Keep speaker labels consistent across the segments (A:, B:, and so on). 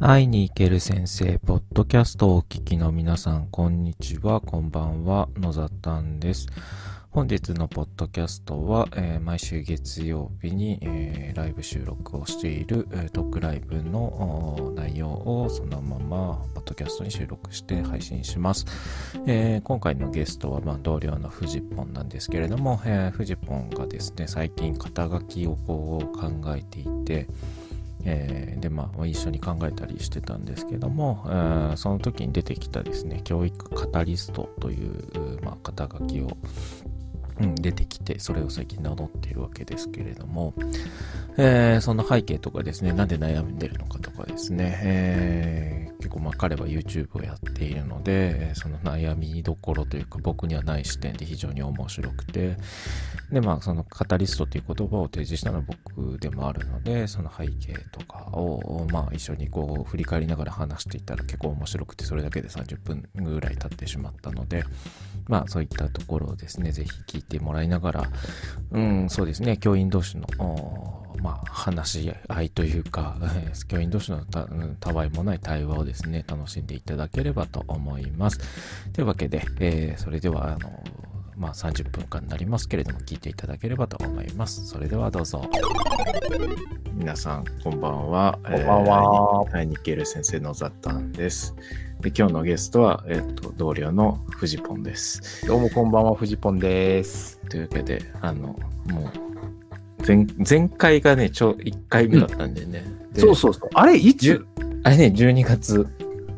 A: 会いに行ける先生、ポッドキャストをお聞きの皆さん、こんにちは、こんばんは、野ざたんです。本日のポッドキャストは、えー毎週月曜日に、えーライブ収録をしている、えートークライブのおー内容をそのままポッドキャストに収録して配信します。えー今回のゲストは、まあ、同僚のフジポンなんですけれども、えー、フジポンがですね最近肩書きをこう考えていて、えーでまあ一緒に考えたりしてたんですけども、えーその時に出てきたですね教育カタリストという、まあ、肩書きをうん出てきてそれを最近名乗っているわけですけれども、えーその背景とかですねなんで悩んでるのかとかですね、えー結構まあ彼は YouTube をやっているのでえーその悩みどころというか僕にはない視点で非常に面白くてでまあそのカタリストという言葉を提示したのは僕でもあるのでその背景とかをまあ一緒にこう振り返りながら話していったら結構面白くてそれだけで30分ぐらい経ってしまったのでまあそういったところをですね、ぜひ聞いてもらいながら、うん、そうですね、教員同士の、おーまあ話し合いというか、 えー教員同士のたうんたわいもない対話をですね、楽しんでいただければと思います。というわけで、えーそれでは、あの、まあ30分間になりますけれども、聞いていただければと思います。それではどうぞ。皆さん、こんばんは。
B: こんばんは
A: えー。はい、ニッケル先生の雑談です。で今日のゲストは、えっと同僚のフジポンです。
B: どうもこんばんは、フジポンです。
A: というわけであのもう前前回がねちょ1回目だったんでね、で
B: そうそうそう。あれ、い
A: じゅ
B: つ
A: あれね12月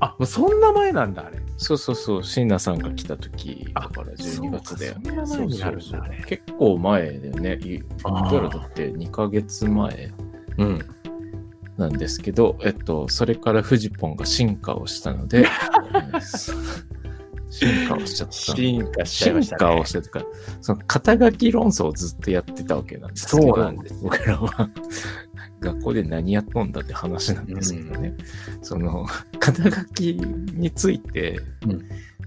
B: あ、もうそんな前なんだ、あれ。
A: そうそうそう椎名さんが来た時だから12月だよね
B: そうかそんな前になるんだ
A: そうそうそう
B: あれ
A: 結構前だよねい
B: あー
A: 僕らだって2ヶ月前
B: うん。
A: なんですけど、えっと、それからフジポンが進化をしたの でうん進化をしちゃったので
B: 進化しちゃいま
A: 進
B: した、ね。
A: 化をしてとか、その肩書き論争をずっとやってたわけなんですけど、
B: そうなんです
A: 僕らは学校で何やっとんだって話なんですけどね、その肩書きについて、
B: うん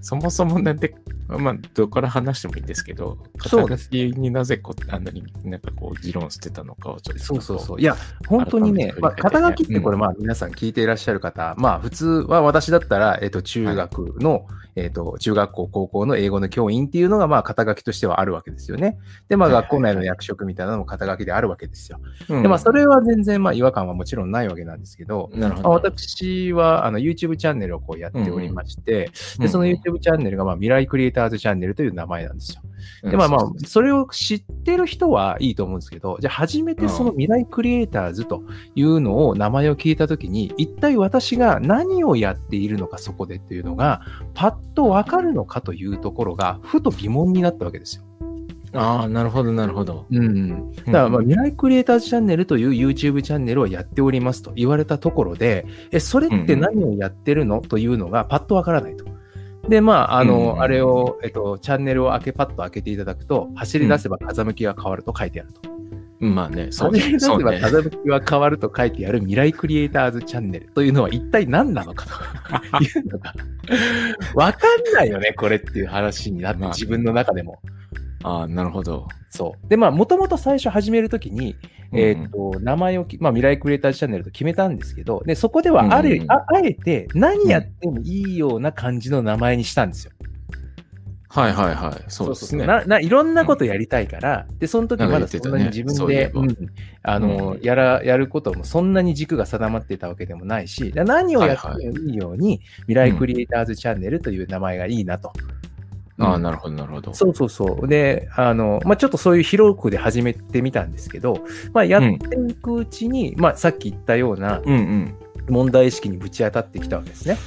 A: そもそもなんで、まあ、どこから話してもいいんですけど、肩
B: そう
A: 書
B: で
A: きになぜこあんなになんかこう議論してたのかをちょっと。
B: そうそうそう。いや、本当にね
A: 改めて振り返って、
B: まあ、肩書きってこ
A: う
B: れ、
A: ん
B: まあ、皆さん聞いていらっしゃる方、まあ、普通は私だったら、えっ、と、中学の、えっ、と、中学校、高校の英語の教員っていうのが、まあ、肩書きとしてはあるわけですよね。で、まあ、
A: はいはい
B: 学校内の役職みたいなのも肩書きであるわけですよ。
A: うん
B: で、まあ、それは全然、まあ、違和感はもちろんないわけなんですけど、
A: なるほ
B: ま
A: ど。
B: あ、私はあの YouTube チャンネルをこうやっておりまして、
A: うん
B: でその YouTube チャンネルが、まあ、未来クリエイターズチャンネルという名前なんですよ。
A: うん
B: でまあまあ
A: そうそう、
B: それを知ってる人はいいと思うんですけど、じゃあ初めてその未来クリエイターズというのを名前を聞いたときに、一体私が何をやっているのか、そこでっていうのが、パッとわかるのかというところが、ふと疑問になったわけですよ。
A: ああ、なるほど、なるほど。
B: うん。だからまあ未来クリエイターズチャンネルという YouTube チャンネルをやっておりますと言われたところで、え、それって何をやってるのというのがパッとわからないと。で、まあ、あ
A: う
B: の、
A: ん
B: あれを、えっと、チャンネルを開け、パッと開けていただくと、走り出せば風向きが変わると書いてあると。
A: うんまあね、そうね
B: 走り出せ
A: そ
B: ば
A: うね
B: 風向きは変わると書いてある未来クリエイターズチャンネルというのは一体何なのか というのが、わかんないよね、これっていう話になって、
A: まあ
B: 自分の中でも。
A: ああ、なるほど。
B: そう。で、まあ、もともと最初始めるときに、えーっ
A: と、
B: と、名前をき、まあ、未来クリエイターズチャンネルと決めたんですけど、で、そこでは
A: う
B: あ
A: ん
B: る、
A: うんうん
B: あ、あえて、何やってもいいような感じの名前にしたんですよ。
A: はいはいはい、そうですね。
B: な、な、いろんなことやりたいから、で、その時まだそんなに自分
A: な
B: で、
A: んか言
B: うんあの、
A: うん
B: やら、やることもそんなに軸が定まってたわけでもないし、で何をやってもいいように、未来クリエイターズチャンネルという名前がいいなと。
A: あ
B: う
A: あ、
B: ん
A: なるほど、なるほど。
B: そうそうそう。で、あの、まあ、ちょっとそういう広くで始めてみたんですけど、まあ、やっていくうちに、まあ、さっき言ったような
A: うんうん。
B: 問題意識にぶち当たってきたわけですね。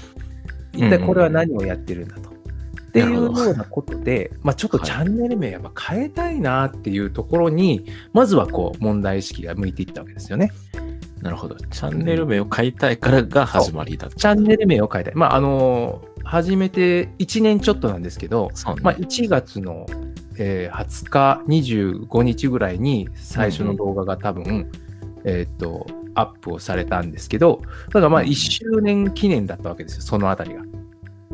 B: 一体これは何をやってるんだと。っていうようなことで、まあ、ちょっとチャンネル名やっぱ変えたいなっていうところに、まずはこう問題意識が向いていったわけですよね。
A: なるほど。チャンネル名を変えたいからが始まりだった。
B: チャンネル名を変えたい。まあ、あの始めて1年ちょっとなんですけど、
A: そうね
B: まあ、1月の、えー20日、25日ぐらいに最初の動画が多分、えーっと、アップをされたんですけど、だからまあ
A: うん
B: 1周年記念だったわけですよ、そのあたりが。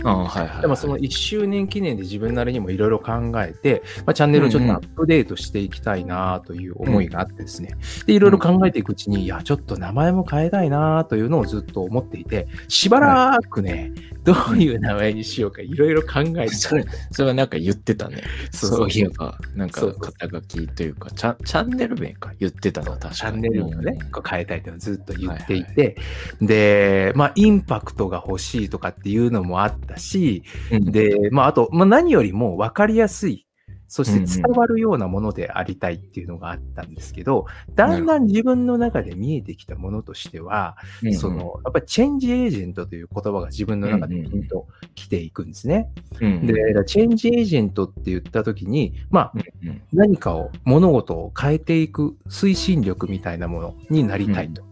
A: ああ、はいはい。
B: でもその1周年記念で自分なりにもいろいろ考えて、まあ、チャンネルをちょっとアップデートしていきたいなという思いがあってですね、でいろいろ考えていくうちに、いや、ちょっと名前も変えたいなというのをずっと思っていて、しばらくね、どういう名前にしようかいろいろ考えて
A: それ、それはなんか言ってたね。
B: そう
A: そういえば、なんか
B: そうそうそう
A: 肩書きというか、チャンチャンネル名か言ってたのは確かに。
B: チャンネルをね、こう変えたいっていうのをずっと言っていて、
A: は
B: で、まあ、インパクトが欲しいとかっていうのもあったし、
A: うん、で、
B: で、まあ、あと、まあ、何よりも分かりやすい、そして伝わるようなものでありたいっていうのがあったんですけど、だんだん自分の中で見えてきたものとしては、その、やっぱりチェンジエージェントという言葉が自分の中でピンと来ていくんですね。
A: うん、うん
B: で、だからチェンジエージェントって言った時に、まあ、
A: うんうん
B: 何かを物事を変えていく推進力みたいなものになりたいと。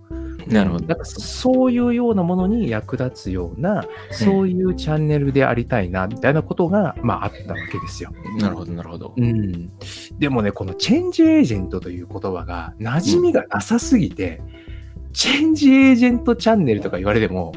A: なるほど。
B: だからそういうようなものに役立つような、そういうチャンネルでありたいなみたいなことが、まあ、あったわけですよ。
A: なるほど、なるほど
B: う。ん、でもねこのチェンジエージェントという言葉が馴染みがなさすぎて、チェンジエージェントチャンネルとか言われても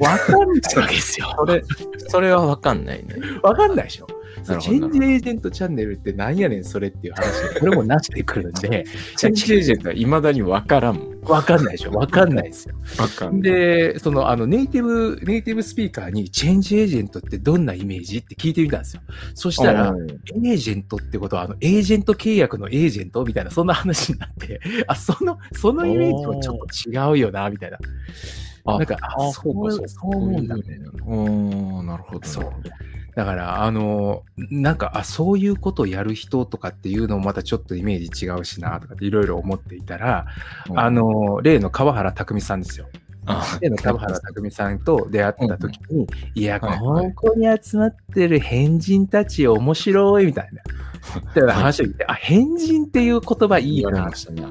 B: わかんないわけです よ。
A: それ、それはわかんないね。
B: わかんないでしょ。そ
A: な
B: う
A: る
B: チ
A: ほど
B: ェンジエージェントチャンネルってなんやねんそれっていう話がこれもなしてくるんで
A: チェンジエージェントはいまだにわからんもん。
B: わかんないでしょわかんないですよ。
A: わかんない。
B: で、その、あの、ネイティブ、ネイティブスピーカーに、チェンジエージェントってどんなイメージって聞いてみたんですよ。そしたら、
A: うん
B: エージェントってことは、あの、エージェント契約のエージェントみたいな、そんな話になって、 あ、その、そのイメージもちょっと違うよな、みたいな。
A: あ
B: なんか、あ、
A: あ
B: そうそうそう思うんだ、みたいな。
A: おーなるほど。
B: そう
A: なるほど
B: だから、あの、なんか、あ、そういうことやる人とかっていうのもまたちょっとイメージ違うしな、とかっていろいろ思っていたら、
A: うん
B: あ、の、例の川原拓実さんですよ。
A: あ
B: での田原拓実さんと出会った時に、いや、
A: はい
B: ここに集まってる変人たち面白いみたいな。みたいな話を言って、あ、変人っていう言葉いい
A: 言われ
B: な
A: ま。したね。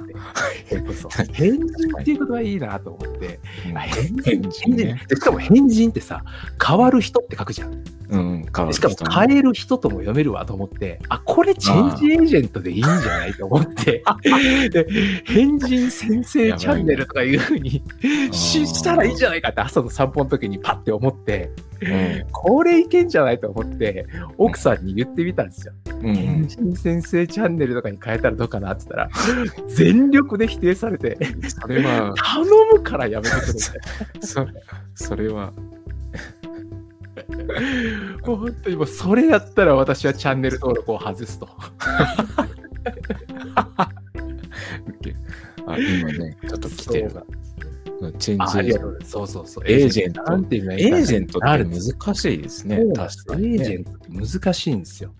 B: そうそう変人っていう言葉いいなと思って。あ変人
A: 変人ね
B: 変人でしかも変人ってさ、変わる人って書くじゃん。
A: うん、変わる
B: しかも変える人とも読めるわと思って、あ、これチェンジエージェントでいいんじゃないと思って、 で変人先生チャンネルとかいうふうにししたらいいじゃないかって朝の散歩の時にパッて思って、
A: うん
B: これいけんじゃないと思って、奥さんに言ってみたんですよ。
A: うん
B: 変人先生チャンネルとかに変えたらどうかなって言ったら、全力で否定されて、
A: それは、
B: 頼むからやめてくれみたいな
A: そそれは、
B: もう本当にもうそれやったら私はチャンネル登録を外すと。
A: あ今ね、ちょっと来てる。チェン
B: あ
A: ジエージ
B: ありが
A: ェント。
B: とうございます。そうそうそう。
A: エージェント
B: なんていうの
A: エージェントっ
B: あ
A: て
B: る
A: 難しいですね
B: そう。なんです
A: 確
B: よ
A: か
B: エ
A: にね。
B: ージェントって難しいんですよ。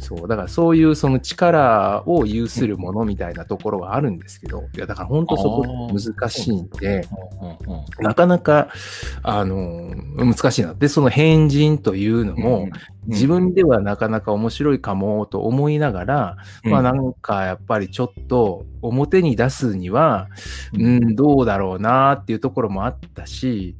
B: そうだからそういうその力を有するものみたいなところはあるんですけど、いやだから本当そこ
A: あー
B: 難しいんで、
A: うんうん
B: なかなか、あの難しいな。で、その変人というの
A: う
B: も、
A: ん
B: 自分ではなかなか面白いかもと思いながら、
A: うん
B: まあなんかやっぱりちょっと表に出すには、うん、どうだろうなっていうところもあったし、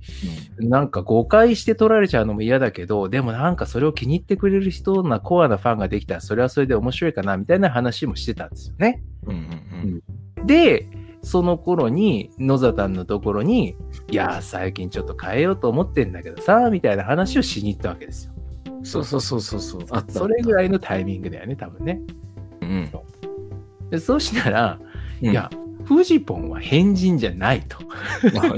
B: なんか誤解して取られちゃうのも嫌だけど、でもなんかそれを気に入ってくれる人なコアなファンができたら、それはそれで面白いかなみたいな話もしてたんですよね。
A: うんうん
B: で、その頃に野沙丹のところに、いやー、最近ちょっと変えようと思ってんだけどさ、みたいな話をしに行ったわけですよ。
A: うんそうそうそうそうそう。あった
B: それぐらいのタイミングだよね、多分ね。
A: うん
B: でそうしたら、
A: うん
B: いや、フジポンは変人じゃないと。
A: いやい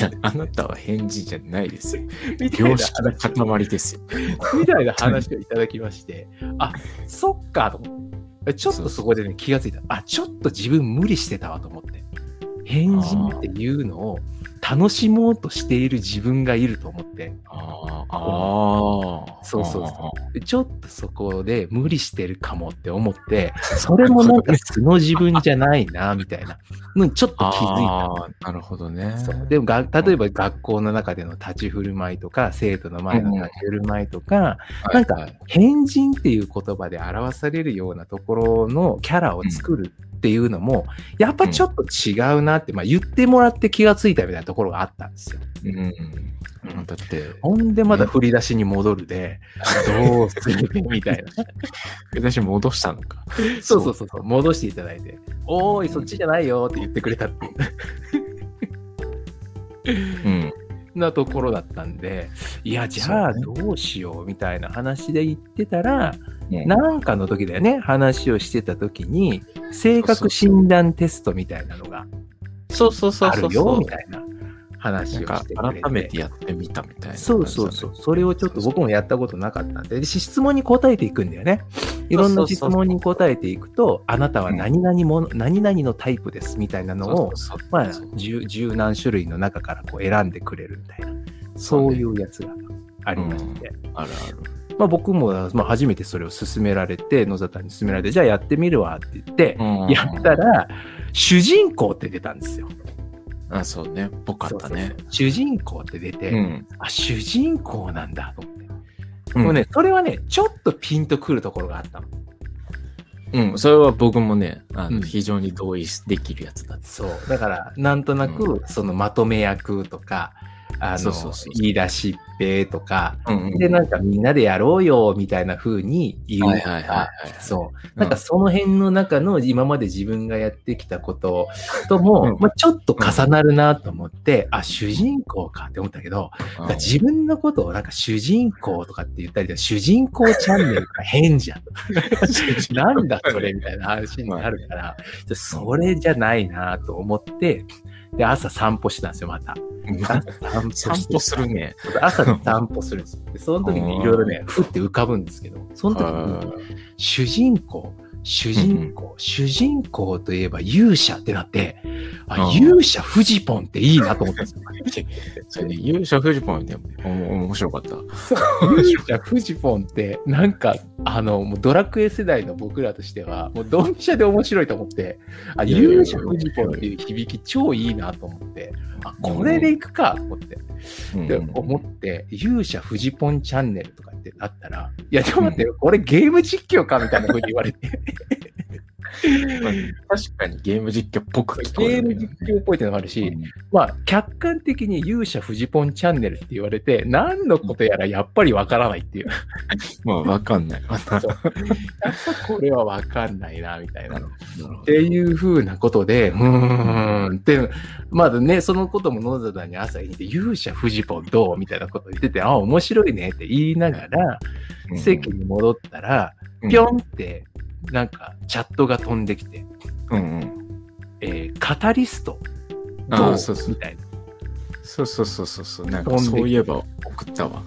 A: や、あなたは返事じゃないですよ。
B: みたい
A: 常
B: な
A: 識の塊ですよ。
B: みたいな話をいただきまして、 あそっかと思って、ちょっとそこでね、気がついた。あ、ちょっと自分無理してたわと思って。変人っていうのを楽しもうとしている自分がいると思って、
A: ああ、ああ。
B: そうそうそでちょっとそこで無理してるかもって思 って、それもなんか素の自分じゃないな、みたいなのにちょっと気づいた。
A: ああ、なるほどね。
B: そうでもが例えば学校の中での立ち振る舞いとか生徒の前の立ち振る舞いとか、なんか
A: はい
B: 変人っていう言葉で表されるようなところのキャラを作るっていうのも、やっぱちょっと違うなって、まあ、言ってもらって気がついたみたいなところがあったんですよ。
A: うん。だって、
B: ほんでまだ振り出しに戻る で、どうするみたいな。
A: 私戻したのか。
B: そうそうそうそう、戻していただいて、おーい、そっちじゃないよって言ってくれたってい
A: う
B: う。
A: ん。
B: なところだったんで、いや、じゃあ
A: そう
B: どうしようみたいな話で言ってたら、
A: ね
B: なんかの時だよね、話をしてた時に、性格診断テストみたいなのが
A: そうそうそう
B: あ
A: そ
B: る
A: う
B: よ、
A: そう
B: みたいな話
A: なん
B: をし
A: か
B: てくれて。
A: 改めてやってみたみたいな、
B: そうそうそう。それをちょっと僕もやったことなかったんで、で質問に答えていくんだよね。いろんな質問に答えていくと、あなたは何々もの、何々のタイプですみたいなのを、
A: そうそうそう
B: まあ、十十何種類の中からこう選んでくれるみたいな、そういうやつがありまして、
A: ある
B: まあ、僕も、まあ、初めてそれを勧められて、野沙田に勧められて、じゃあやってみるわって言って、
A: ある。
B: やったら、主人公って出たんですよ。
A: あ、そうね。ぽかったね
B: そう。そうそう主人公って出て、
A: ん。
B: あ、主人公なんだと思っ
A: う
B: て。
A: ん
B: もうね、それはね、ちょっとピンとくるところがあったの。
A: うん、それは僕もね、あの、
B: うん
A: 非常に同意できるやつだった。
B: そう。だから、なんとなく、そのまとめ役とか、あの、
A: そうそうそう
B: 言い出しっぺとか、
A: うんうん
B: で、なんかみんなでやろうよ、みたいな風に言うとか、
A: はいはいはいはい
B: そう。なんかその辺の中の今まで自分がやってきたこととも、
A: うん
B: まあ、ちょっと重なるなと思って、あ、主人公かって思ったけど、なんか自分のことをなんか主人公とかって言ったりとか、主人公チャンネルとか変 じゃん。なんだそれみたいな話になるから、じゃそれじゃないなと思って、で、朝散歩したんですよ、また。
A: うん
B: 朝散歩
A: 散歩するね。
B: 朝散歩するんです よ。で、その時にいろいろね、ふって浮かぶんですけど、その時
A: あ
B: に、主人公、主人公、主人公といえば勇者ってなって、あ
A: うん
B: 勇者フジポンっていいなと思ったんですよ。
A: それね、勇者フジポンね、おも面白かった。
B: 勇者フジポンってなんかあのもうドラクエ世代の僕らとしてはもうドンピシャで面白いと思ってあ
A: いやいやいや
B: 勇者フジポンっていう響き超いいなと思ってあこれでいくかと思って
A: うん
B: で思って勇者フジポンチャンネルとかってなったらいやでも待ってよこれゲーム実況かみたいな風に言われて
A: 確かにゲーム実況っぽく聞こ
B: ゲ
A: える
B: ーム
A: けどね。
B: 実況っぽいってのもあるし
A: うん
B: まあ客観的に勇者フジポンチャンネルって言われて何のことやらやっぱりわからないっていう
A: まあ、わかんない。なる
B: これは分かんないな、みたいな。っ
A: ほ
B: ていうふうなことで、うーん、って、まだね、そのことも野田に朝にいて、勇者フジポンどうみたいなこと言ってて、あ、面白いねって言いながら、
A: ど
B: 席に戻ったら、ぴょんって、なんか、チャットが飛んできて、
A: うんうん。
B: えーカタリストど
A: あ
B: う
A: あ、そうそう
B: み。たいな。
A: そうそうそうそうそう。なんかそういえば送ったわ。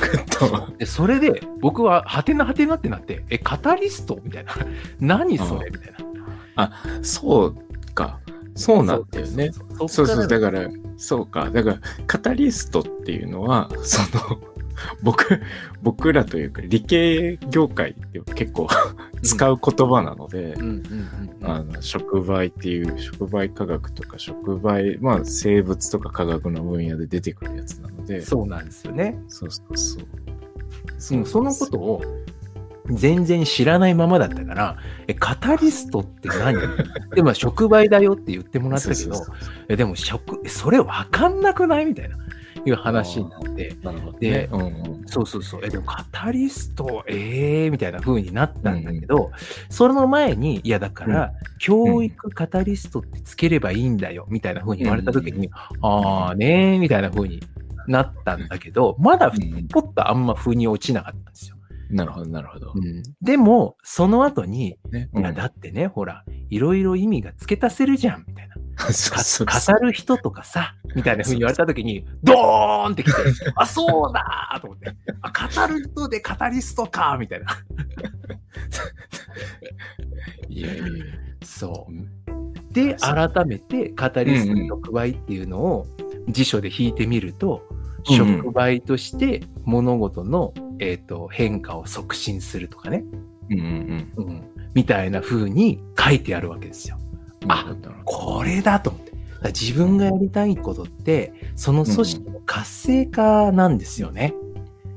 A: 送ったわ。
B: で、それで、僕は、はてなはてなってなって、え、カタリストみたいな。 何それみたいな。
A: そうか。そうなんだよね。
B: そう
A: そ
B: そううそ。
A: そうう。だから、そうか。だから、カタリストっていうのは、その、 僕、僕らというか、理系業界って結構使う言葉なので、
B: うんうんうん
A: あの触媒っていう触媒科学とか触媒まあ生物とか科学の分野で出てくるやつなの
B: うん。
A: で
B: そうなんですよね。
A: そうそうそう
B: そそのことを全然知らないままだったから、え、カタリストって 何でも、触媒だよって言ってもらったけど、えでも、触、それわかんなくないみたいな、いう話になって、
A: なるほど
B: で
A: ね、うんうん、
B: そうそうそう、え、でも、カタリスト、えー、みたいな風になったんだけど、その前に、いや、だから、教育カタリストってつければいいんだよ、みたいな風に言われた時に、あーねー、みたいな風になったんだけど、まだ、ポッとあんま風に落ちなかったんですよ。
A: なるほどなるほど、
B: でも、その後に、
A: ね
B: いや、だってね、ほら、いろいろ意味が付け足せるじゃん、みたいな。
A: そうそう
B: か
A: そ
B: 語る人とかさ、みたいな風に言われた時に、ドーンってきて、あ、そうだーと思って、あ、語る人でカタリストかみたいな。
A: ういやいやいや
B: そうう。
A: ん
B: で、
A: そう
B: 改めて、カタリストの触媒っていうのを辞書で引いてみると、
A: うん
B: 触媒として物事の、えー、と変化を促進するとかね、
A: うんうん
B: うん、みたいな風に書いてあるわけですよ。
A: うん
B: あ
A: なるほどなるほ
B: これだと思って。だから自分がやりたいことって、その組織の活性化なんですよね。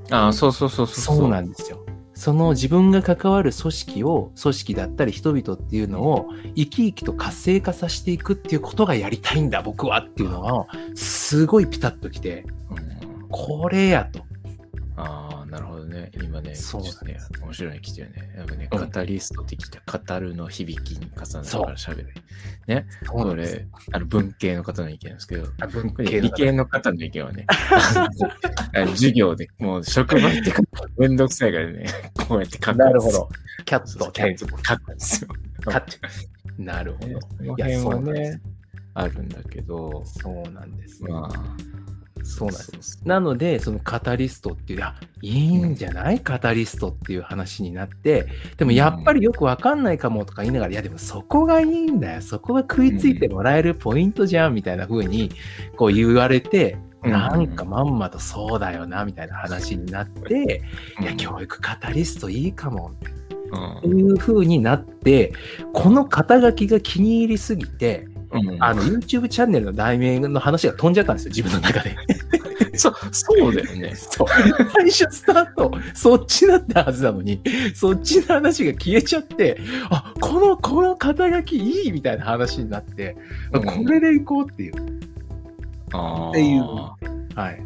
A: どあそうそうそうそう
B: そうなんですよ。その自分が関わる組織を、組織だったり人々っていうのを生き生きと活性化させていくっていうことがやりたいんだ、僕はっていうのが、すごいピタッときて、
A: うん
B: これやと。
A: ああななるほどね。今ね、
B: そう
A: ちょっとね、面白いの来てるね。やっぱね、
B: うん
A: カタリスト的な、語るの響きに重なるから喋る。
B: そう
A: こ
B: なんです
A: れ、あの文系の方の意見ですけど、
B: あ文
A: これ
B: 系の
A: 理系の方の意見はね、 あの授業で、もう職場ってめんどくさいからね、 こうやって書くんですよ
B: なるほど。。キャッ
A: そうそ
B: ト、
A: う
B: キャット、
A: 書くんですよ。
B: カット。なるほど。
A: この
B: いや
A: 辺は
B: そうなんです
A: ね、あるんだけど、
B: そうなんです。
A: まあ、
B: そうなんです。
A: す。
B: なので、そのカタリストっていう、いや、いいんじゃないカタリストっていう話になって、でもやっぱりよくわかんないかもとか言いながら、いや、でもそこがいいんだよ。そこが食いついてもらえるポイントじゃん、みたいな風に、こう言われて、
A: うん
B: なんかまんまとそうだよな、みたいな話になって、いや、教育カタリストいいかも、
A: 日
B: っていう風になって、この肩書きが気に入りすぎて、あの、YouTube チャンネルの題名の話が飛んじゃったんですよ、自分の中で。
A: そそうだよね。
B: そう。最初スタート、そっちだったはずなのに、そっちの話が消えちゃって、あ、この、この肩書きいいみたいな話になって、あこれでいこうっていう。
A: あー
B: っていうはい。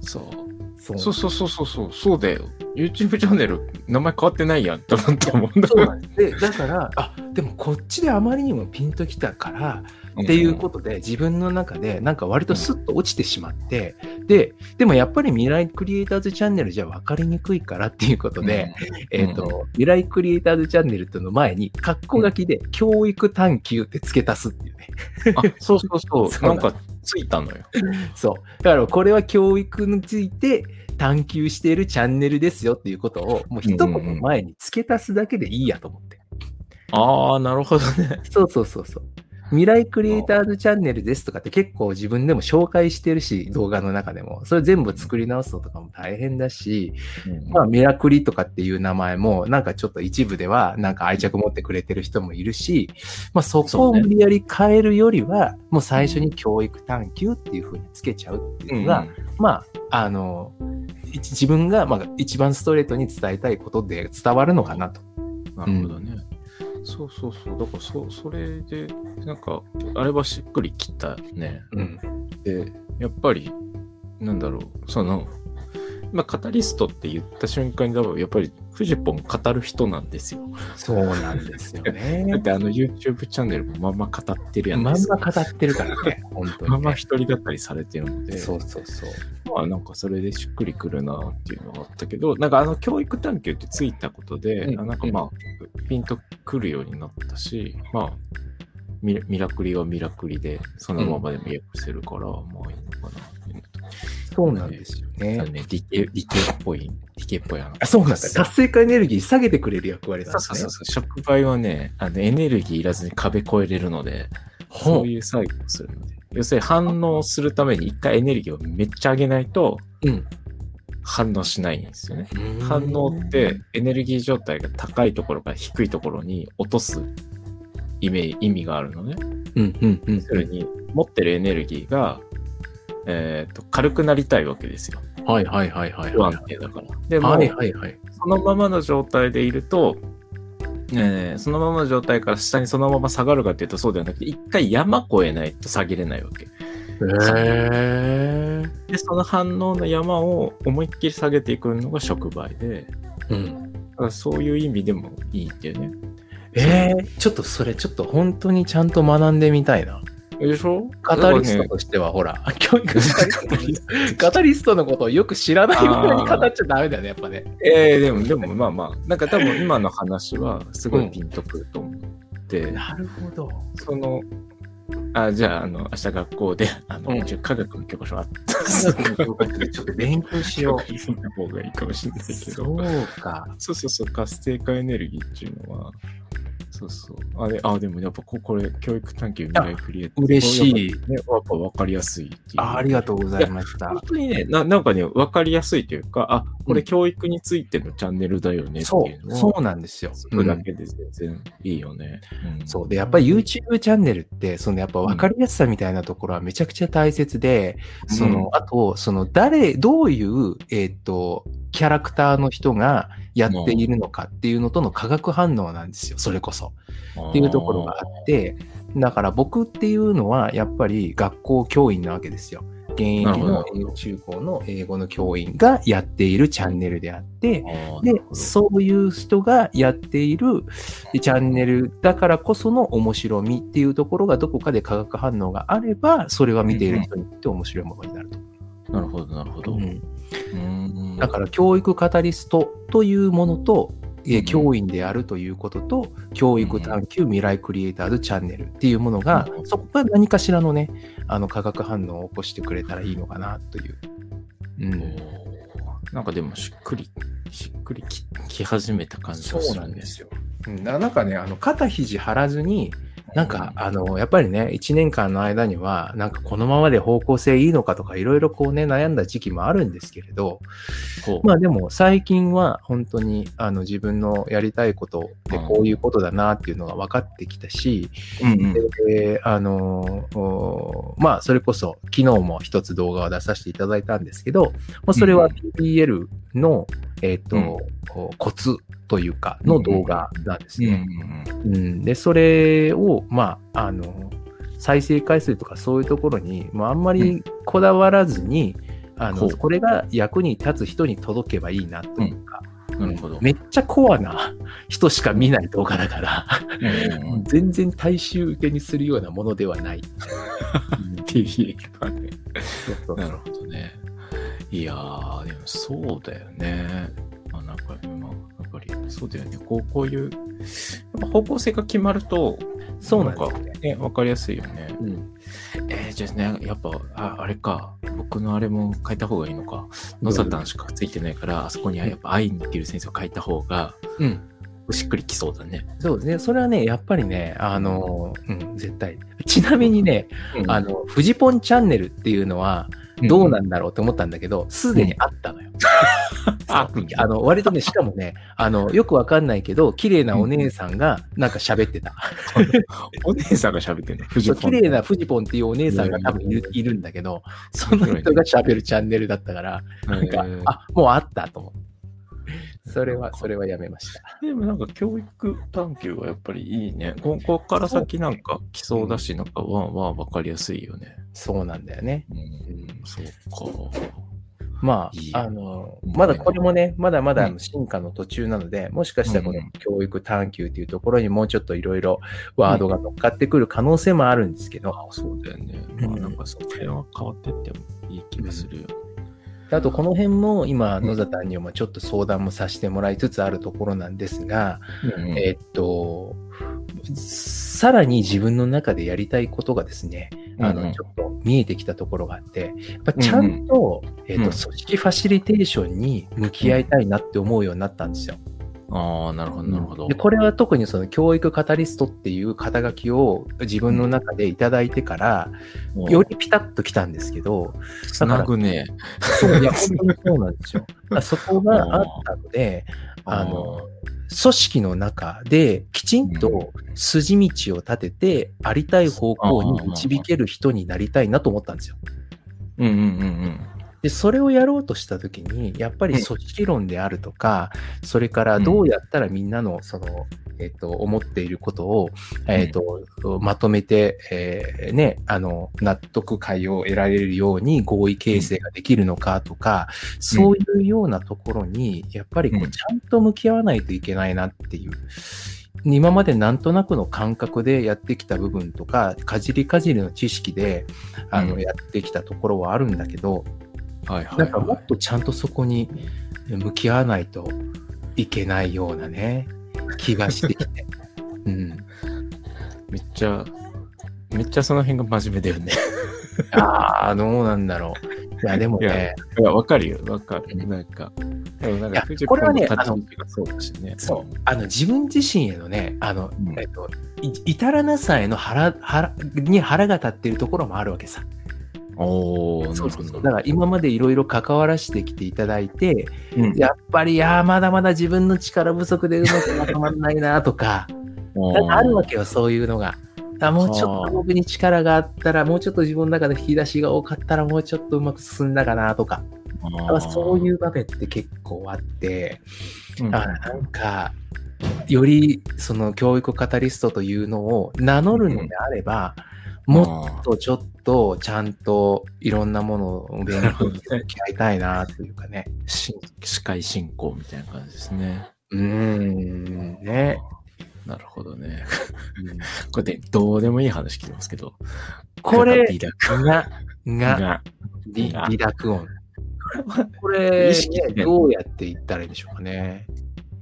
A: そう。
B: そう
A: そうそうそうそうそう、そうだよ。YouTube チャンネル、名前変わってないやんって思ったもんだ
B: そうなんです。で、だから、あ、でもこっちであまりにもピンときたから、っていうことで自分の中でなんか割とスッと落ちてしまって、で、でもやっぱり未来クリエイターズチャンネルじゃ分かりにくいからっていうこと
A: と
B: で、、えっ、と、未来クリエイターズチャンネルっていうの前に、括弧書きで、教育探求って付け足すっていうね。
A: あそうそうそう、
B: そう
A: な
B: なんん
A: かついたのよ。
B: そう。だから、これは教育について探求しているチャンネルですよっていうことを、もう一
A: うんうんうん
B: 言前に付け足すだけでいいやと思って。
A: ああ、なるほどね。
B: そうそうそうそう。未来クリエイターズチャンネルですとかって結構自分でも紹介してるし、動画の中でも。それ全部作り直すのとかも大変だし、まあ、ミラクリとかっていう名前も、なんかちょっと一部では、なんか愛着持ってくれてる人もいるし、まあ、そこ
A: そう
B: を
A: ね
B: 無理やり変えるよりは、もう最初に教育探求っていう風につけちゃうっていうのが、まあ、あの、い自分が、まあ、一番ストレートに伝えたいことで伝わるのかなと。
A: なるほどね。そうそうそう、だからそそれで、なんか、あれはしっくりきたね。
B: うん。
A: で、やっぱり、なんだろう、その、まあ、カタリストって言った瞬間に、多分やっぱり、フジポン語る人なんですよ。
B: そう なんですよ
A: だっ
B: ね。
A: てあの YouTube チャンネルもまんま語ってるや
B: ま
A: ん
B: ん
A: で
B: ます
A: か。
B: 語ってるからね、本当に、ね。
A: まんま一人だったりされてるので、
B: そうそうそう。
A: まあなんかそれでしっくりくるなっていうのがあったけど、なんかあの教育探求ってついたことで、
B: うん
A: あなんかまあ、ピンとくるようになったし、まあ、ミラミラクリはミラクリで、そのままでも訳してるから、まあいいのかなっていうのと
B: そうなんですよね
A: なん。かね、理系理系っぽい、理系っぽい話。
B: あそうなんだ。活性化エネルギー下げてくれる役割なん
A: そ
B: で
A: う
B: す
A: そう
B: ね。
A: そうそう。触媒はね、あのエネルギーいらずに壁越えれるので、そ
B: ほう
A: ういう作業をするので。要するに反応するために一回エネルギーをめっちゃ上げないと
B: うん
A: 反応しないんですよね。反応ってエネルギー状態が高いところから低いところに落とす意味意味があるのね。
B: うんうんうん
A: 要するに持ってるエネルギーが、えー、と軽くなりたいわけですよ。
B: はいはいはいはい
A: 不
B: はい
A: 安定だから。でも、
B: はいはいはい
A: そのままの状態でいると、えーそのままの状態から下にそのまま下がるかっていうとそうではなくて、一回山越えないと下げれないわけ。
B: へえ
A: で、その反応の山を思いっきり下げていくのが触媒で、
B: うん
A: だからそういう意味でもいいっていうね。
B: えー、ちょっとそれちょっと本当にちゃんと学んでみたいな
A: でしょ
B: カタリスト
A: だか
B: としてはほら教育
A: らね
B: カタリストのことをよく知らないものに語っちゃダメだよねやっぱね
A: えーでも、でもまあまあ、なんか多分今の話はすごいピンとくると思って、
B: なるほど
A: その、あ、じゃあ、あの、明日学校で、あの、
B: うん
A: 一応科学の教科書あった
B: ちょっと勉強し
A: 教
B: よ
A: 科書の方がいいかもしれな
B: う
A: いけ
B: そ
A: ど。
B: うか
A: そうそうそう、活性化エネルギーっていうのは、そうそう。あれ、あ、でもやっぱここれ、教育探求未来クリエイター。
B: 嬉しい
A: これやっぱね、やっぱ分かりやすいっていう。
B: あありがとうございました
A: 本当にねな、なんかね、分かりやすいというか、あ、これ教育についてのチャンネルだよねって
B: そ
A: いう
B: う
A: のを、
B: そうなんですよ
A: それだけで全然いいよね。うん
B: そうでやっぱり YouTube チャンネルってそのやっぱ分かりやすさみたいなところはめちゃくちゃ大切で、
A: うん
B: そのあとその誰どういう、えー、とキャラクターの人がやっているのかっていうのとの化学反応なんですよそれこそ。っていうところがあってだから僕っていうのはやっぱり学校教員なわけですよ。現役
A: なるほ
B: の
A: ど
B: 英語中高の英語の教員がやっているチャンネルであって、で、そういう人がやっているチャンネルだからこその面白みっていうところがどこかで化学反応があれば、それは見ている人にとって面白いものになると。
A: なるほど、なるほど。
B: うん
A: うん
B: だから教育カタリストというものと、えー
A: うん
B: 教員であるということと、教育探求未来クリエイターズチャンネルっていうものが
A: う、ん
B: そこが何かしらのね、あの化学反応を起こしてくれたらいいのかなという。うん、
A: なんかでもしっくり、しっくりきき始めた感じがするんですよ。
B: よ。ななんかね、あの肩肘張らずに、なんか、あの、やっぱりね、1年間の間には、なんかこのままで方向性いいのかとか、いろいろこうね、悩んだ時期もあるんですけれど、
A: こう
B: まあでも最近は本当にあの自分のやりたいことでこういうことだなっていうのが分かってきたし、
A: うんうん
B: であのおまあそれこそ昨日も一つ動画を出させていただいたんですけど、まあ、それは
A: うん
B: PBL の、えっと
A: うん
B: おコツというかの動画なんです
A: うんう
B: ね。
A: ん
B: うん、でそれをまああの再生回数とかそういうところに、まあ、あんまりこだわらずに、あ
A: ほ
B: の
A: う
B: これが役に立つ人に届けばいいなというか、
A: うんなるほど。
B: めっちゃコアな 人しか見ない動画だから、
A: うん うんうん
B: 全然大衆受けにするようなものではない。
A: PBL はね
B: そうそう
A: なるほどね。いやー、でもそうだよね。まあ、なんか今、やっぱりそうだよね。こうこういう、やっぱ方向性が決まると、
B: そうなんですよね。
A: ね、わかりやすいよね。
B: うん
A: えー、じゃあね、やっぱ、ああれか、僕のあれも変えた方がいいのか。野沙丹しかついてないから、あそこにはやっぱ会いに行ける先生を変えた方が、
B: うん
A: しっくりきそうだね。
B: そうですね。それはね、やっぱりね、あの、うん、絶対。ちなみにね、あの、フジポンチャンネルっていうのは、どうなんだろうと思ったんだけど、すでにあったのよ。
A: あ
B: あの、割とね、しかもね、あの、よくわかんないけど、綺麗なお姉さんが、なんか喋ってた。
A: お姉さんが喋ってんの、藤
B: そう
A: 子
B: 綺麗なフジポンっていうお姉さんが多分いるいるんだけど、その人が喋るチャンネルだったから、なんか、あ、もうあったと思って。それは、それはやめました。
A: でもなんか教育探求はやっぱりいいね。ここから先なんか来そうだし、なんかわんわんわかりやすいよね。
B: そうなんだよね。
A: うん、そうか。
B: ま
A: いいよ
B: あ、あの、まだこれもね、まだまだあの進化の途中なので、もしかしたらこの
A: うん
B: 教育探求っていうところにもうちょっといろいろワードが乗っかってくる可能性もあるんですけど、
A: あそうだよね。
B: うん
A: まあ、なんかその辺は変わってってもいい気がするよ。
B: あとこの辺も今、野田さんにもちょっと相談もさせてもらいつつあるところなんですが、
A: うん
B: えっと、さらに自分の中でやりたいことがですね、あ
A: うんう
B: の、
A: ん
B: ちょっと見えてきたところがあって、やっぱちゃんと、えっ
A: うん
B: と、組織ファシリテーションに向き合いたいなって思うようになったんですよ。
A: ああ、なるほど、なるほど。
B: でこれは特にその教育カタリストっていう肩書きを自分の中でいただいてから、
A: もう
B: よりピタッときたんですけど、
A: つなぐね。
B: そう、いや、本当にそうなんです よ。だからそこがあったので、あの、組織の中できちんと筋道を立てて、ありたい方向に導ける人になりたいなと思ったんですよ。
A: うんうんうん
B: で、それをやろうとしたときに、やっぱり組織論であるとか、それからどうやったらみんなの、その、えっ、と、思っていることを、えっ、と、まとめて、えーね、あの、納得会を得られるように合意形成ができるのかとか、そういうようなところに、やっぱりこ
A: う
B: う、
A: ん
B: ちゃんと向き合わないといけないなっていう。今までなんとなくの感覚でやってきた部分とか、かじりかじりの知識で、あ
A: う
B: の、
A: ん
B: やってきたところはあるんだけど、
A: うん。はいはい、
B: なんかも
A: は
B: っとちゃんとそこに向き合わないといけないようなね、気がしてき て。うん、
A: い。めっちゃ、めっちゃその辺が真面目だよね。
B: ああ、どうなんだろう。いや、でも
A: い
B: ね
A: や、いや、わかるよ、わか
B: う
A: る。なんか、でもなん
B: いや
A: か、藤
B: これはね
A: 子の立ち位置がそうだしね。
B: そう、あの、自分自身へのね、あの、
A: うん
B: えっと、い至らなさへの腹、腹、に腹が立っているところもあるわけさ。
A: おお、
B: そうそうそう。
A: なる
B: だから今までいろいろ関わらせてきていただいて、
A: ほどうん
B: やっぱり、いやー、まだまだ自分の力不足でうまくまとまんないなとか、なんかあるわけよ、そういうのが。あもうちょっと僕に力があったら、もうちょっと自分の中で引き出しが多かったら、もうちょっとうまく進んだかなとか、
A: あー
B: そういう場面って結構あって、
A: うん
B: だからなんか、よりその教育カタリストというのを名乗るのであれば、もっとちょっとちゃんといろんなものを勉強していきたいなというかね。
A: し司会進行みたいな感じですね。
B: うーん、ね。
A: なるほどね。 これで、どうでもいい話聞きますけど。
B: これ、
A: が、
B: が、
A: が、
B: が、り
A: が
B: 離 濁音。こ
A: 意
B: れ、
A: 識してんの
B: ね、どうやって言ったらいいでしょうかね。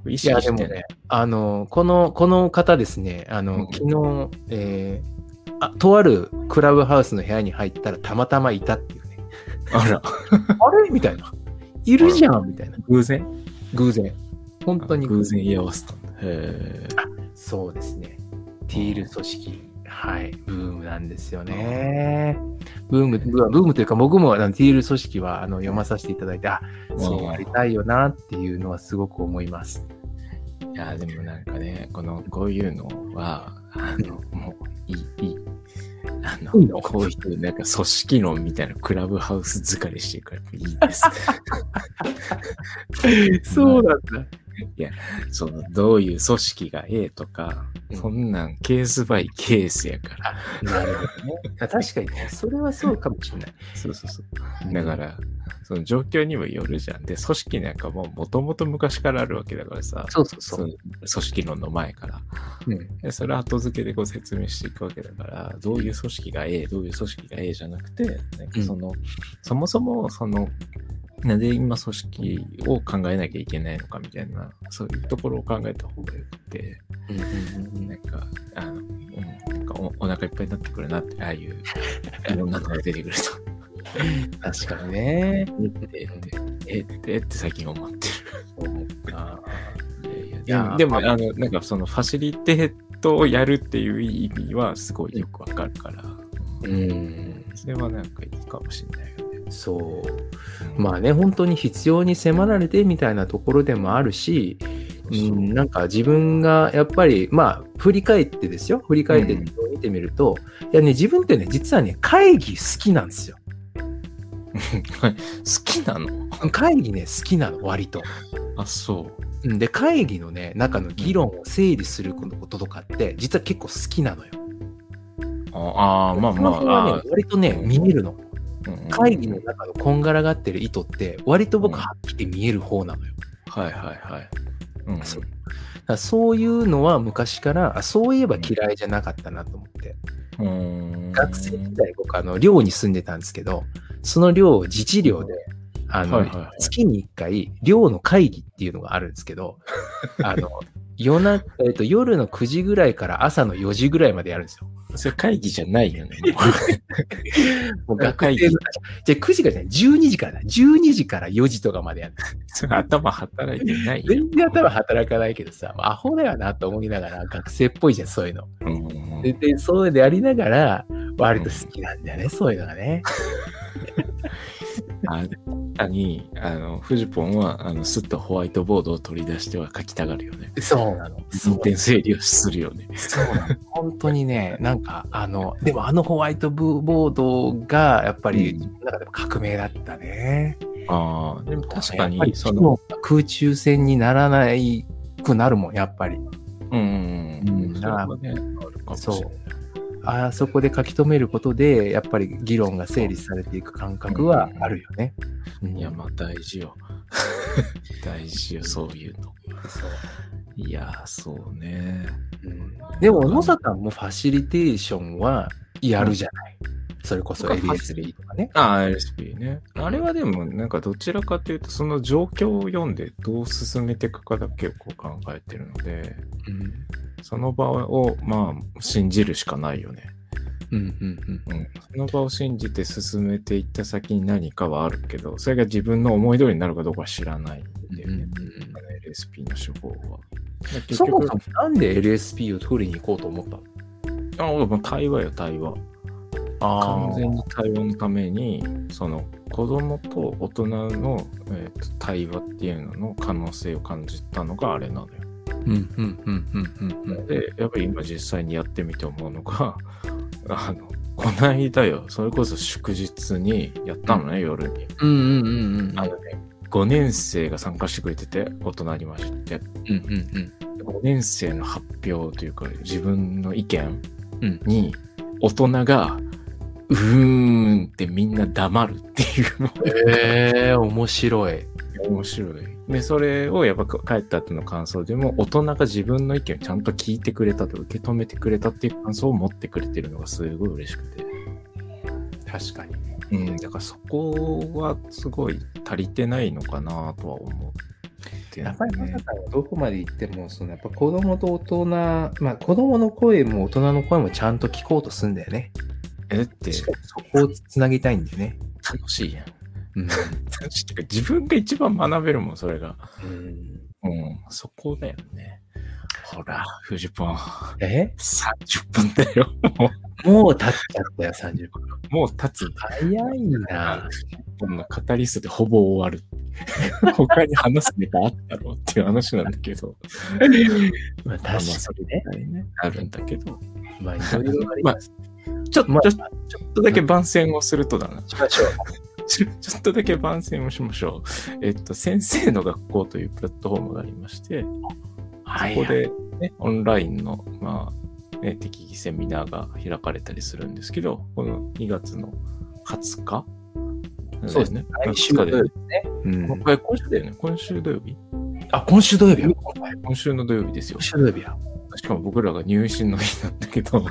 A: 意
B: いや、
A: 識
B: で
A: し
B: も
A: て
B: ね、あの、この、この方ですね、あ
A: うん
B: の、昨日、えーあ、とあるクラブハウスの部屋に入ったらたまたまいたっ ていうね。
A: あら、
B: あれみたいな。いるじゃんみたいな。
A: 偶然
B: 偶然。本当に
A: 偶然居合わせたんだ。へ
B: そうですね。ティール組織。はい。ブームなんですよね。ブーム、ブブームというか、僕もあのティール組織はあの読まさせていただいて、あ、
A: え。
B: そうありたいよなっていうのはすごく思います。
A: いや、でもなんかね、この、こういうのは、あの、もう、いい、いい。あの、
B: いいの
A: こういう、なんか組織論みたいなクラブハウス疲れしてるから、いいです。
B: そうなんだ。
A: その、どういう組織がええとか、
B: うん
A: そんなんケースバイケースやから。
B: なるほどね。確かにね、それはそうかもしれない。
A: そうそうそう。だから、その状況にもよるじゃん。で、組織なんかももともと昔からあるわけだからさ、
B: そうそう
A: そ
B: そう。
A: の組織論の前から。
B: うん、
A: でそれ後付けでこう説明していくわけだから、どういう組織がええ、どういう組織がええじゃなくて、なんかその、そもそもその、なんで今組織を考えなきゃいけないのかみたいな、そういうところを考えた方がよくて、
B: うんうん
A: なんか、あの、うん、なんかおお腹いっぱいになってくるなって、ああ いう、いろんなのが出てくると。
B: 確かにね。
A: えって、えって、えって最近思って
B: あ
A: る。 い
B: や
A: やでも、あの、なんかそのファシリテートをやるっていう意味はすごいよくわかるから、
B: ーうん、
A: それはなんかいいかもしれないよね。
B: そう。まあね、本当に必要に迫られてみたいなところでもあるし、う、
A: そうん
B: なんか自分がやっぱり、まあ、振り返ってですよ。振り返って見てみると、いやね、自分ってね、実はね、会議好きなんですよ。
A: 好きなの
B: 会議ね、好きなの、割と。
A: あ、そう。
B: うんで、会議のね、中の議論を整理することとかって、実は結構好きなのよ。
A: ああ、まあ
B: そ
A: ま
B: の辺は
A: あ
B: ね、。割とね、見えるの。
A: あうん
B: 会議の中のこんがらがってる意図って、割と僕はっきり見える方なのよ。
A: はいはいはい。うんうん
B: そうだからそういうのは昔から、あそういえば嫌いじゃなかったなと思って。
A: うーん
B: 学生時代僕、あの、寮に住んでたんですけど、その寮、自治寮で、あの、
A: はいはいはい
B: 月に1回、寮の会議っていうのがあるんです けど、あの、夜な、えっと、夜の9時ぐらいから朝の4時ぐらいまでやるんですよ。
A: それ会議じゃない よね。
B: もう
A: 学
B: 学
A: 生
B: 生のじゃあ9時からじゃない、12時からだ。12時から4時とかまでやる。
A: それ頭働いてないよ。
B: 全然頭働かないけどさ、もうアホだよなと思いながら、学生っぽいじゃん、そういうの。
A: うんうんうん
B: で、でそういうのやりながら、割と好きなんだよね、そういうのがね。
A: あ確かに、あの、フジポンは、あの、すっとホワイトボードを取り出しては書きたがるよね。
B: そうなの。そ
A: 運
B: う
A: 転整理をするよね。
B: そうなの。本当にね、なんか、あの、でもあのホワイトボードが、やっぱり、
A: うん
B: 自分の中でも革命だったね。
A: ああ、でも確か
B: やっぱり
A: に、その、、
B: 空中戦にならないくなるもん、やっぱり。
A: うんうんうん、
B: うん
A: それはね、あるかもしれない。
B: あそこで書き留めることで、やっぱり議論が整理されていく感覚はあるよね。うん
A: いや、まあ大事 よ。大事よ、そういうの。
B: そう
A: いやー、そうね。
B: うんでも、野坂もファシリテーションはやるじゃない。それこそ
A: 僕はファ
B: LSB とかね。
A: ああ、LSP ね。あれはでも、なんかどちらかというと、その状況を読んでどう進めていくかだけをこう考えてるので、
B: うん
A: その場を、まあ、信じるしかないよね。
B: うんうん
A: うん、その場を信じて進めていった先に何かはあるけど、それが自分の思い通りになるかどうかは知らないんだよね。あの LSP の手法は。で
B: うん。
A: 結
B: そも
A: 局
B: そもなんで LSP を取りに行こうと思ったの
A: あもう対話よ、対話。完全に対話のために、その子供と大人の、えーと対話っていうのの可能性を感じたのがあれなのよ。
B: うんうんうんうんうんうん。
A: で、やっぱり今実際にやってみて思うのが、 あの、こないだよ、それこそ祝日にやったのね、夜に。
B: うんうんうんうん。
A: あのね、5年生が参加してくれてて、大人にまして。
B: うんうん
A: 5年生の発表というか、自分の意見
B: うん
A: に、大人が、うーんってみんな黙るっていうのが
B: ええ面白い。
A: 面白い。で、それをやっぱ帰った後の感想でも、大人が自分の意見をちゃんと聞いてくれたと、受け止めてくれたっていう感想を持ってくれてるのがすごい嬉しくて。
B: 確かに。
A: うん、だからそこはすごい足りてないのかなとは思ってる
B: や
A: ね
B: っぱりまさかどこまで行っても、そのやっぱ子供と大人、まあ子供の声も大人の声もちゃんと聞こうとすんだよね。
A: えだって
B: しかもそこをつなぎたいんだよね。
A: 楽しいやん。
B: うん。
A: 楽しいっていうか自分が一番学べるもん、それが。
B: うん
A: うん、そこだよね。ほら、藤本、
B: え
A: 30分だよ。
B: もう経っちゃったよ、30分。
A: もう立つんだ
B: 早いな。
A: この語り数でほぼ終わる。 他に話すネタあったろうっていう話なんだけど。
B: まあ、確
A: まあまあ
B: かにね。
A: あるんだけど。
B: まあ、いろいろあります。
A: ちょっと、
B: ま
A: ち
B: あ
A: ょちょっとだけ番宣をするとだな。
B: しましょう。
A: ちょちょっとだけ番宣をしましょう。えっと、先生の学校というプラットフォームがありまして、
B: は
A: そこで、ね、オンラインの、まあね、適宜セミナーが開かれたりするんですけど、この2月の20日
B: そうです
A: ね。
B: 来週
A: 20日だよね。
B: うん、
A: これ今週だよね。今週土曜日
B: あ、今週土曜日や。今
A: 今週の土曜日ですよ。
B: 週土曜日や。
A: しかも僕らが入信の日なんだけど、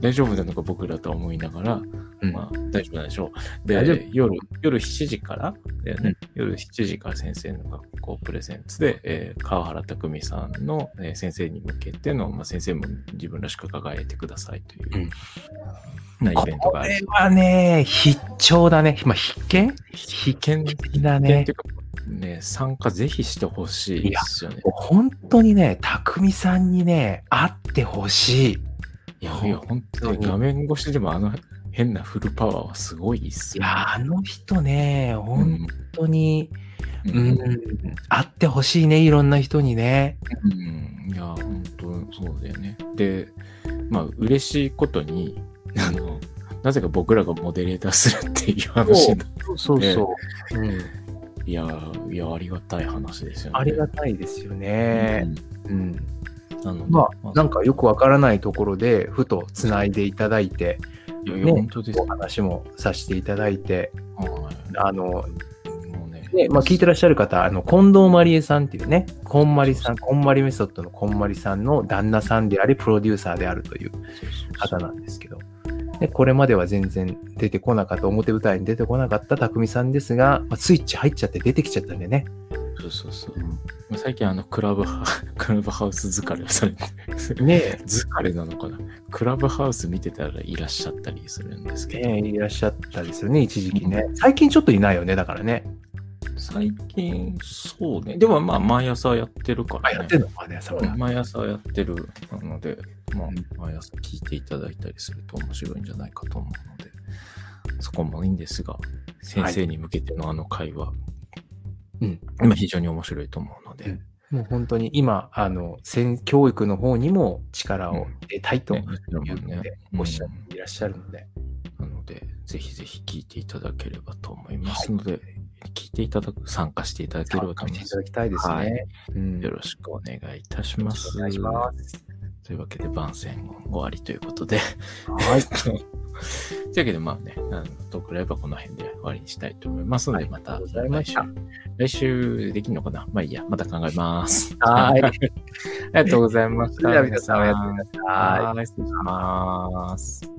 A: 大丈夫なのか僕らとは思いながら、
B: うん
A: まあ大丈夫なんでしょう。
B: 大丈夫
A: で、夜、夜7時から、だよね夜7時から先生の学校プレゼンツで、えー川原拓海さんの、えー先生に向けての、まあ、先生も自分らしく輝いてくださいという、なイ
B: こ
A: ベントがあ
B: れ
A: る。
B: はね、必聴だね。まあ、必見必
A: 見
B: 見だ
A: ね、
B: ね
A: と。いうかね、参加ぜひしてほしいですよね。
B: 本当にね、匠さんにね、会ってほしい。
A: いや、いや本当に画面越しでもあの変なフルパワーはすごいっす
B: い
A: よ。
B: や、あの人ね、
A: う
B: 本
A: ん
B: 当に、
A: う
B: うん、
A: ん
B: 会ってほしいね、いろんな人にね。
A: うん、いや、本当そうだよね。で、まあ、嬉しいことに、あの、なぜか僕らがモデレーターするっていう話になっ
B: そうそう。
A: そう
B: うん、
A: ていや、いや、ありがたい話ですよね。
B: ありがたいですよね。うん
A: うんなので、
B: まあ、なんかよくわからないところで、ふとつないでいただいて、
A: いやいや
B: ね
A: 本当です
B: お。話もさせていただいて、
A: は
B: あの、
A: いもうね、
B: ねまあ、聞いてらっしゃる方、あの近藤まりえさんっていうね、こんまりさん、こんまりメソッドのこんまりさんの旦那さんであり、プロデューサーであるという
A: そうそうそう
B: 方なんですけど、でこれまでは全然出てこなかった、表舞台に出てこなかった匠さんですが、まあ、スイッチ入っちゃって出てきちゃったんでね、
A: そうそうそう。まあ最近、あの、クラブハ、 クラブハウス疲れをされて、
B: ね
A: 疲れなのかな。クラブハウス見てたらいらっしゃったりするんですけど、
B: ねいらっしゃったですよね、一時期ね。最近ちょっといないよね、だからね。
A: 最近、そうね。でも、まあ、毎朝やってるから、
B: あ、
A: ね。
B: やってんのかね、さまだ
A: 毎朝やってるので、まあ、毎朝聞いていただいたりすると面白いんじゃないかと思うので、そこもいいんですが、先生に向けてのあの会話、
B: うん
A: 今非常に面白いと思うので、
B: うんもう本当に今、あの、先教育の方にも力を入れたいと
A: ねもちろん
B: いうの
A: ね
B: で、
A: うん
B: おっしゃっていらっしゃるので。
A: なので、ぜひぜひ聞いていただければと思いますので、聞いていただく、参加していただければと
B: 楽
A: 思い
B: しん
A: ま
B: でい
A: す
B: た。だきたいです
A: は
B: ね。うん
A: よろしくお願いいたします。
B: お願いします。
A: というわけで、番宣終わりということで、
B: はい。
A: というわけで、まあね、あのトークライブはこの辺で終わりにしたいと思いますので、また
B: ありがとうございま
A: 来
B: し
A: 週
B: た、
A: 来週できるのかなまあいいや、また考えます。
B: は い
A: ありがとうございまし
B: そ
A: た。
B: れでは皆さんおやすみ
A: 皆さ
B: なさい
A: ん。。はい、失礼します。